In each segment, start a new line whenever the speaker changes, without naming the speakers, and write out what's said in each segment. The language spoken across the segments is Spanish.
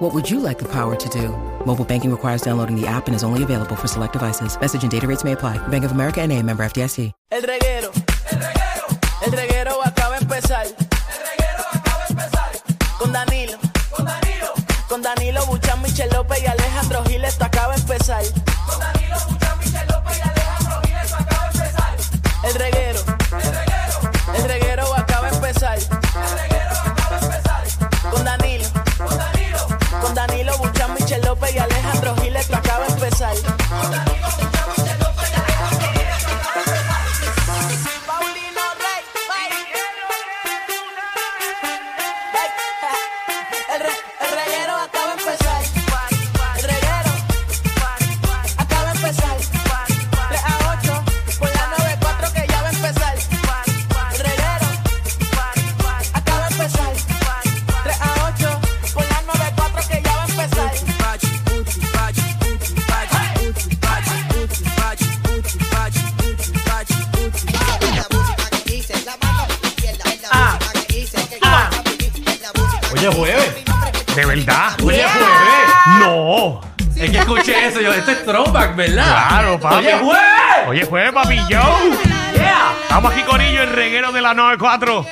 What would you like the power to do? Mobile banking requires downloading the app and is only available for select devices. Message and data rates may apply. Bank of America and a member FDIC.
El reguero. El reguero. El reguero acaba de empezar. El reguero acaba de empezar. Con Danilo. Con Danilo. Con Danilo Buchan, Michel López y Alejandro Gil, esto acaba de empezar. Con Danilo Buchan, Michel López y Alejandro Gil, esto acaba de empezar. El reguero. El reguero. El reguero acaba de empezar. El reguero acaba de empezar. Con Danilo. Con Danilo. Con Danilo Buchan, Michel López y Alejandro Gil, esto acaba de empezar. Paulino Rey. Ey, El, re- el reguero acaba de empezar. El reguero acaba de empezar. 3 a 8 por la 94 que ya va a empezar. El reguero acaba de empezar. 3 a 8 por la 94 que ya va a empezar.
Oye, jueves.
De verdad.
Oye, jueves.
No.
Es que escuché eso. Yo, esto es throwback, ¿verdad?
Claro, papi.
Oye, jueves.
Oye, jueves, papi Joe. Estamos aquí con ellos, el reguero de la 94.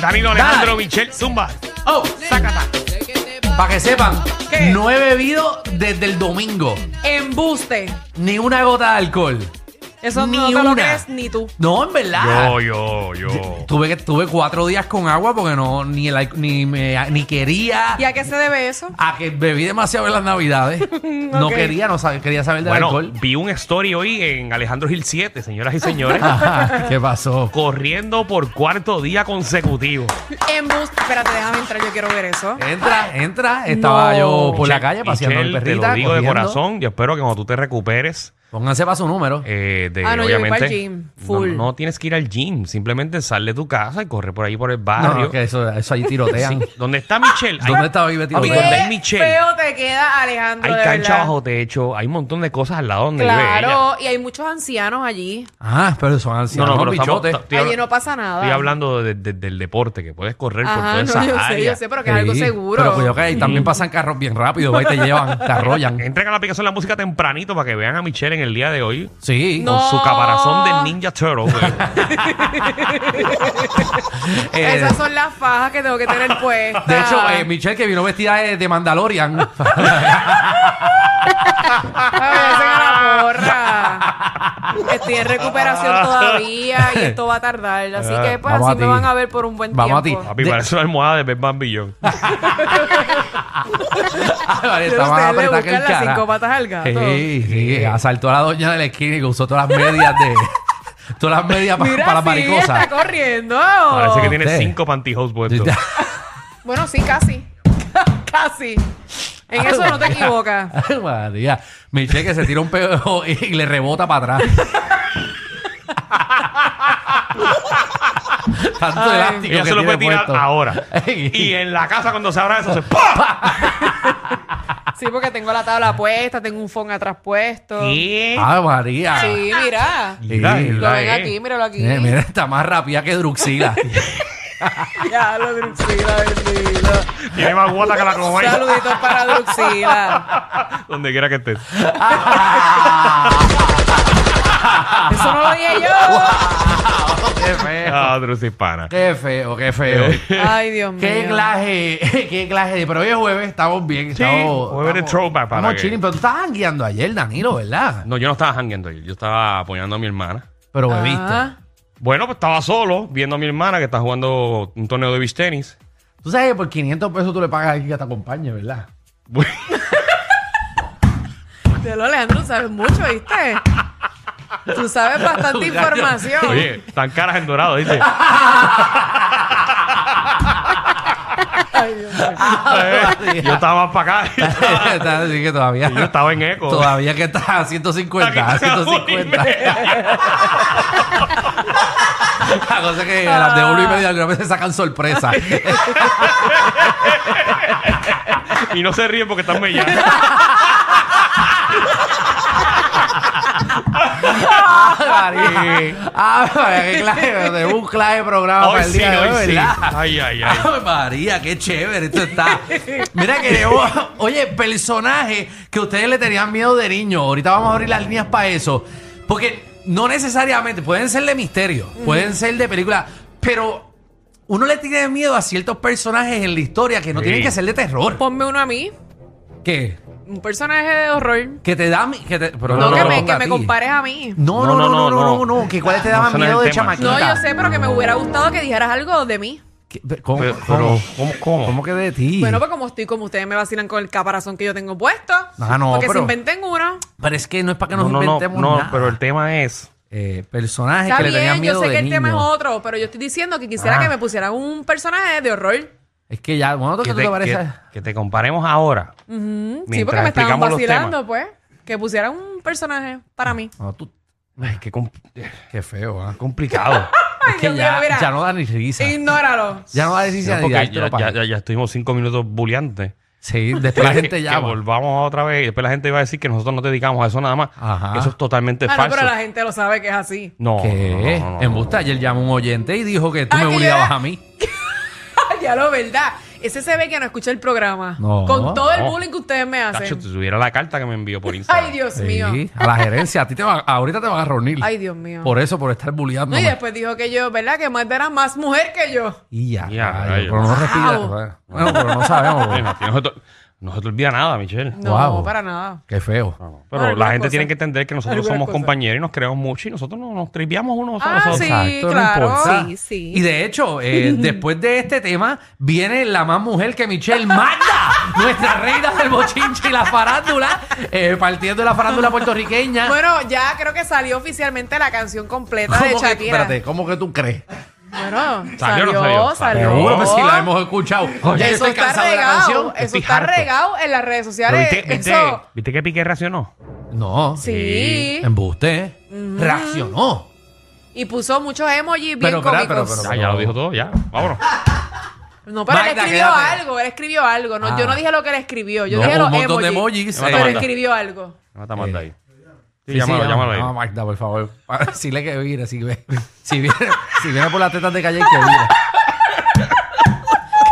Danilo Alejandro Michel Zumba.
Oh,
Sácata.
para que sepan, no he bebido desde el domingo.
Embuste.
Ni una gota de alcohol.
Eso
Ni
no te
una.
lo crees ni tú.
No, en verdad.
Yo, yo, yo.
Tuve, que- tuve cuatro días con agua porque no ni, el, al- ni, me- ni quería.
¿Y a qué se debe eso?
A que bebí demasiado en las navidades. No
Ok.
quería, no sab- quería saber del
Bueno,
alcohol.
vi un story hoy en Alejandro Gil 7, señoras y señores.
Ah. Ajá, ¿Qué pasó?
corriendo por cuarto día consecutivo.
Embuste. Espérate, déjame entrar, yo quiero ver eso.
Eh, Entra, entra. Estaba
No.
yo por la
Michelle,
calle paseando el
Michelle,
perrito.
Te lo digo de corazón. Yo espero que cuando tú te recuperes,
Pónganse para su número.
eh, de,
Ah, no, yo voy
obviamente.
pa'l gym,
no-
full.
No, tienes que ir al gym. Simplemente sal de tu casa y corre por ahí por el
No,
barrio.
que eso, eso ahí tirotean.
¿Dónde está Michelle? Hay-
¿Dónde está Vive
Papi,
Tiroteo?
¿dónde hay
Qué
Michelle?
feo te queda, Alejandro.
Hay
de
cancha
verdad.
bajo techo, hay un montón de cosas al lado donde vive ella.
Claro, y hay muchos ancianos allí.
Ah, pero son ancianos,
pero estamos-
bichotes.
estoy
allí
habla-
no pasa nada.
Estoy hablando de- de- del deporte, que puedes correr por
Ajá,
toda
no,
esa
yo sé,
área.
yo sé, pero que es algo
Sí,
seguro. Mm.
Pero cuidado que ahí también pasan carros bien rápido, ahí te llevan, te arrollan.
Entren a la aplicación de la música tempranito para que vean a Michelle en el día de hoy.
Sí.
No.
Con su caparazón de Ninja Turtle. güey.
Eh,
Esas son las fajas que tengo que tener puestas.
de hecho, eh, Michelle que vino vestida de, de Mandalorian.
a la porra. Estoy en recuperación todavía y esto va a tardar. Así que pues
Vamos a
así me
ti.
van a ver por un buen
Vamos a ti.
tiempo.
Papi,
De-
parece una almohada de Ben Bambillón.
Oh.
Vale,
Pero
está más
ustedes
apretada que
le
el
buscan las cinco
cara.
patas al gato.
Sí, sí, asaltó a la doña de la esquina y que usó todas las medias de... todas las medias pa-
Mira,
para las
sí, está
mariposas.
corriendo.
Parece que tiene
Sí.
cinco pantyhose puestos.
Bueno, sí, casi. casi. En eso no te equivocas.
Ay, María. Michelle que se tira un peo y le rebota para atrás. Tanto
Ay.
elástico
Ella
que
se lo
tiene
puede tirar
puesto.
ahora.
Ey.
y en la casa cuando se abra eso se ¡pa!
Sí, porque tengo la tabla puesta, tengo un phone atrás puesto. Sí,
¿Qué?
Ay, María.
mira.
Mira,
Sí.
Lo
mira,
ven
eh.
aquí, míralo aquí.
Mira, mira, está más rápida que Druxila.
Ya, lo Druxila, bendito.
Tiene más guata que la cobaya.
Saluditos para Druxila.
Donde quiera que estés.
Eso no lo dije yo.
qué feo.
Ah, otro sí, pana.
Qué feo, qué feo.
Ay, Dios mío.
Qué clase, qué clase de. Pero hoy es jueves, estamos bien. Estamos,
jueves de
estamos-
throwback para
Estamos
que-
chilling, pero tú estabas guiando ayer, Danilo, ¿verdad?
No, yo no estaba hangueando ahí. Yo estaba apoyando a mi hermana.
Pero bebiste.
Ah,
Bueno, pues estaba solo viendo a mi hermana que está jugando un torneo de beach tenis.
Tú sabes que por 500 pesos tú le pagas a alguien que te acompañe, ¿verdad?
de lo Alejandro sabes mucho, ¿viste? Tú sabes bastante información.
Oye, tan caras en dorado, dice.
Ay, Dios mío.
Eh, yo estaba más para acá.
Está- Así que todavía.
Yo estaba en eco.
Todavía que está a 150, a
Aquí está
150. cosa es que las de uno y media algunas veces sacan sorpresa.
Y no se ríen porque están mellando.
María. Ah, María, qué clave, de un clave de programa
Hoy
para el
sí,
día de
hoy
hoy,
sí.
¿verdad?
Ay, ay, ay.
Ay, María, qué chévere esto está. Mira que debo- Oye, personajes que ustedes le tenían miedo de niño. Ahorita vamos a abrir las líneas para eso. Porque no necesariamente, pueden ser de misterio, pueden ser de película, pero uno le tiene miedo a ciertos personajes en la historia que no
Sí.
tienen que ser de terror.
Ponme uno a mí,
¿Qué?
un personaje de horror.
Que te da... mi- Que te, pero
No,
No,
que,
no,
me,
ponga
que
a
me
ti.
compares a mí.
No, no, no, no, no, no, no, que cuáles te daban
ese no es
miedo
el
de
tema.
chamaquita.
No, yo sé, pero que me hubiera gustado que dijeras algo de mí.
¿Qué? Pero, ¿Cómo,
Pero,
cómo,
pero, ¿cómo, cómo?
¿Cómo que de ti?
Bueno, pues como estoy, como ustedes me vacilan con el caparazón que yo tengo puesto.
Ah, no,
Porque
pero-
se inventen uno.
pero es que no es para que
No,
nos
no, no,
inventemos
no,
nada.
pero el tema es.
Eh, personajes
Está
que le tenían
bien,
miedo
yo sé
de
que el
niño.
tema es otro, pero yo estoy diciendo que quisiera
Ah.
que me pusieran un personaje de horror. Mm,
Es que ya, bueno, ¿qué
Que
tú te,
te,
parece?
que- que te comparemos ahora.
sí,
Mientras
porque me estaban
explicamos los
vacilando,
temas.
pues. Que pusieran un personaje para mí.
No, tú-
Ay, qué, com-
qué feo, ¿ah?
complicado.
Ay,
Es que
Dios mío,
ya,
mira.
ya no da ni risa.
Ignóralo.
Ya no da ni risa
No,
ni
porque
dártelo
ya,
para
ya-
mí.
ya- ya estuvimos cinco minutos bulleantes.
Sí, después la gente
Que-
llama.
Que volvamos otra vez. Y después la gente iba a decir que nosotros no te dedicamos a eso nada más.
Ajá.
Eso es totalmente
Ah, no,
falso.
pero la gente lo sabe que es así.
No,
¿Qué?
no, no, no,
en
no.
Busta ayer llamó un oyente y dijo que tú
Ah,
me
que yo
bulliabas
era-
a mí.
ya lo verdad. Ese se ve que no escucha el programa.
No.
Con todo el
No.
bullying que ustedes me
Tacho,
hacen.
te subiera la carta que me envió por Instagram.
Ay, Dios
Sí,
mío.
a la gerencia. A ti te va, ahorita te van a reunir.
Ay, Dios mío.
Por eso, por estar bulliando.
No, y después dijo que yo, ¿verdad? Que más era más mujer que yo.
Y ya.
Ya,
rayos,
rayos.
pero no respira.
Wow.
Bueno, pero no sabemos.
Ay,
porque-
no, no se te- no se te olvida nada, Michelle.
No,
Guau.
para nada.
Qué feo.
Pero
Algunas
la gente
cosas.
tiene que entender que nosotros
Algunas
somos
cosas.
compañeros y nos creemos mucho y nosotros no- nos tripeamos unos a
Ah,
nosotros.
sí.
Exacto, no
claro.
importa.
Sí, sí.
Y de hecho, eh, después de este tema, viene la más mujer que Michelle Magda, nuestra reina del bochinche y la farándula, eh, partiendo de la farándula puertorriqueña.
Bueno, ya creo que salió oficialmente la canción completa de
¿Cómo que,
Shakira.
espérate, ¿cómo que tú crees?
Bueno,
¿Salió o
salió,
no
salió.
salió?
Seguro, pues si la hemos escuchado. Oye, yo
eso
estoy
está
cansado de la
regado. Eh,
canción.
Eso
Estoy
está
harto.
regado en las redes
Pero
sociales.
viste, viste-
Eso.
viste que Piqué reaccionó?
No,
Sí.
embuste. ¿eh? Reaccionó.
Y puso muchos emojis bien
Pero, espera,
cómicos.
pero, pero,
Ah, Ya, ya lo dijo todo, ya. Vámonos.
No, pero él
Magda,
escribió
quédate.
algo, él escribió algo. No,
Ah.
Yo no dije lo que él escribió, yo
No,
dije
un
los
montón de emojis,
Pero
eh.
escribió algo.
Mata Magda ahí. Sí,
Sí, sí,
llámalo, llámalo ahí.
Llama a Magda, por favor. Para decirle que vire, si ve- si viene, si viene por las tetas de calle, que vire.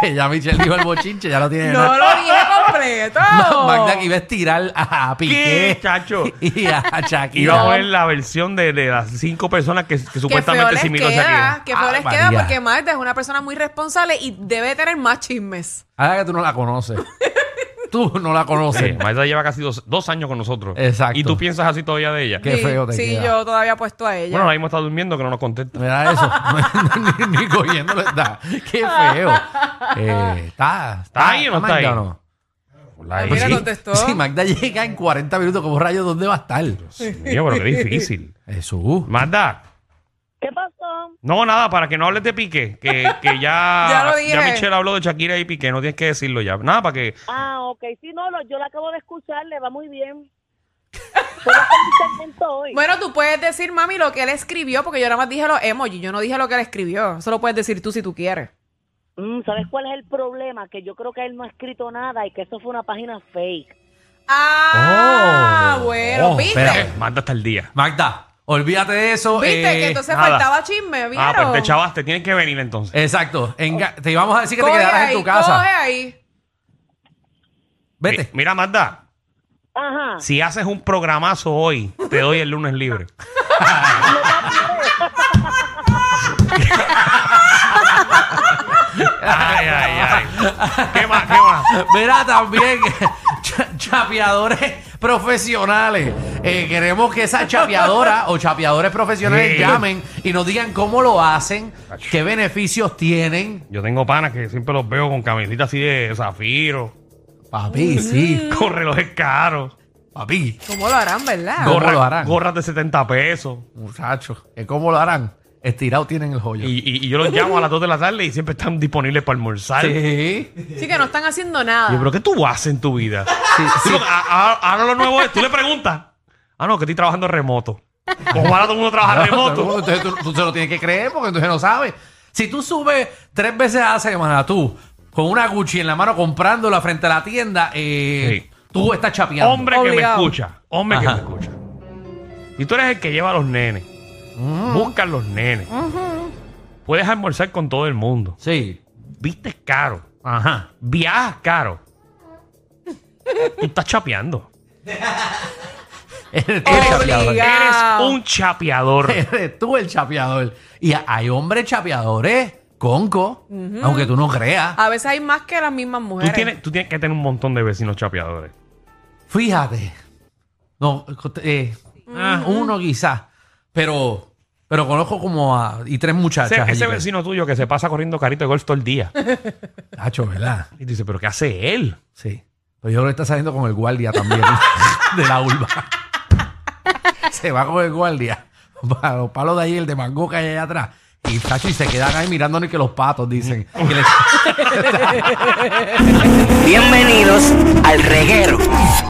que ya Michelle dijo el bochinche, ya lo tiene.
No lo dije completo.
Ma- Magda que iba a estirar a Piqué
¿Qué, chacho?
y a
Iba a
Shakira.
ver la versión de, de las cinco personas que, que
Que feo
supuestamente
les
similó a
queda,
Shakira.
que feo
Ah,
les queda
María.
porque Magda es una persona muy responsable y debe tener más chismes.
Ahora que tú no la conoces. Tú no la
Sí,
conoces.
Magda lleva casi dos, dos años con nosotros.
Exacto.
Y tú piensas así todavía de ella.
Qué
Sí,
feo te
Sí,
queda.
yo todavía apuesto a ella.
Bueno, ahora mismo está durmiendo que no nos contesta.
Mira eso. ni, ni cogiendo le está. Qué feo. Eh, está,
¿Está ahí o no está
Magda
ahí?
o no?
Hola,
Mira,
sí.
no te- contestó.
Si Magda llega en 40 minutos, como rayo, ¿dónde va a estar?
Mío, pero qué difícil.
Jesús.
Magda.
¿Qué pasó?
No, nada, para que no hables de Piqué, que, que ya,
Ya lo dije.
Michelle habló de Shakira y Piqué, no tienes que decirlo ya. Nada, para que...
Ah, ok. Sí, no, lo- yo la acabo de escuchar, le va muy bien. Fue bastante intento hoy.
Bueno, tú puedes decir, mami, lo que él escribió, porque yo nada más dije los emojis, yo no dije lo que él escribió. Eso lo puedes decir tú si tú quieres.
Mm, ¿Sabes cuál es el problema? Que yo creo que él no ha escrito nada y que eso fue una página fake.
Ah,
Oh.
bueno,
Oh,
viste.
espérate.
Eh, Manda hasta el día.
Magda, olvídate de eso.
Viste
eh,
que entonces
nada.
faltaba chisme, ¿vieron?
Ah, pero te chavaste, tienes que venir
Eh,
entonces.
Exacto. Enga- te íbamos a decir que te
Coge
quedaras
ahí,
en tu casa.
Coge ahí.
Vete.
Mi- Mira, Magda,
Ajá.
si haces un programazo hoy, te doy el lunes libre. ay, ay, ay. ¿Qué más? ¿Qué más?
Mira también cha- chapeadores profesionales. Eh, queremos que esas chapeadoras o chapeadores profesionales
Sí.
llamen y nos digan cómo lo hacen, qué beneficios tienen.
Yo tengo panas que siempre los veo con camisitas así de zafiro,
Mm.
Papi, sí.
con relojes caros,
Papi,
¿Cómo lo harán, verdad?
¿Cómo
gorras-
lo harán?
gorras de 70 pesos.
muchachos, que ¿cómo lo harán? Estirado tienen el joyo.
Y, y- y yo los llamo a las 2 de la tarde y siempre están disponibles para almorzar.
Sí.
Sí, que no están haciendo nada.
Yo, pero ¿qué tú haces en tu vida? Sí, porque a- a- Ahora lo nuevo es, tú le preguntas. Ah, no, que estoy trabajando remoto. Como ahora todo el mundo trabaja
Tú-
remoto.
Entonces tú, tú se lo tienes que creer porque entonces no sabes. Si tú subes tres veces a la semana, tú, con una Gucci en la mano comprándola frente a la tienda, eh,
Sí.
tú estás chapeando.
Hombre que me
Obligado.
escucha. Hombre que
Ajá.
me escucha. Y tú eres el que lleva a los nenes. Buscan los nenes. Puedes almorzar con todo el mundo.
Sí.
Vistes caro.
Ajá.
Viajas caro. tú estás chapeando.
Eres tú el chapeador.
Obligado. Ya.
Eres un chapeador.
Eres tú el chapeador. Y hay hombres chapeadores, conco, aunque tú no creas.
A veces hay más que las mismas
tú,
mujeres.
tienes, tú tienes que tener un montón de vecinos chapeadores.
Fíjate. No, eh, ah, uno quizás. Pero, pero conozco como a. Y tres
Ese,
muchachas.
ese
allí que-
vecino tuyo que se pasa corriendo carito de golf todo el día.
Tacho, ¿verdad?
Y tú dices, ¿pero qué hace él?
Sí. Pero yo creo que está saliendo con el guardia también de la urba. se va con el guardia para los palos de ahí, el de mango que hay allá atrás. Y tacho, y se quedan ahí mirándonos que los patos dicen. Que les-
Bienvenidos al reguero.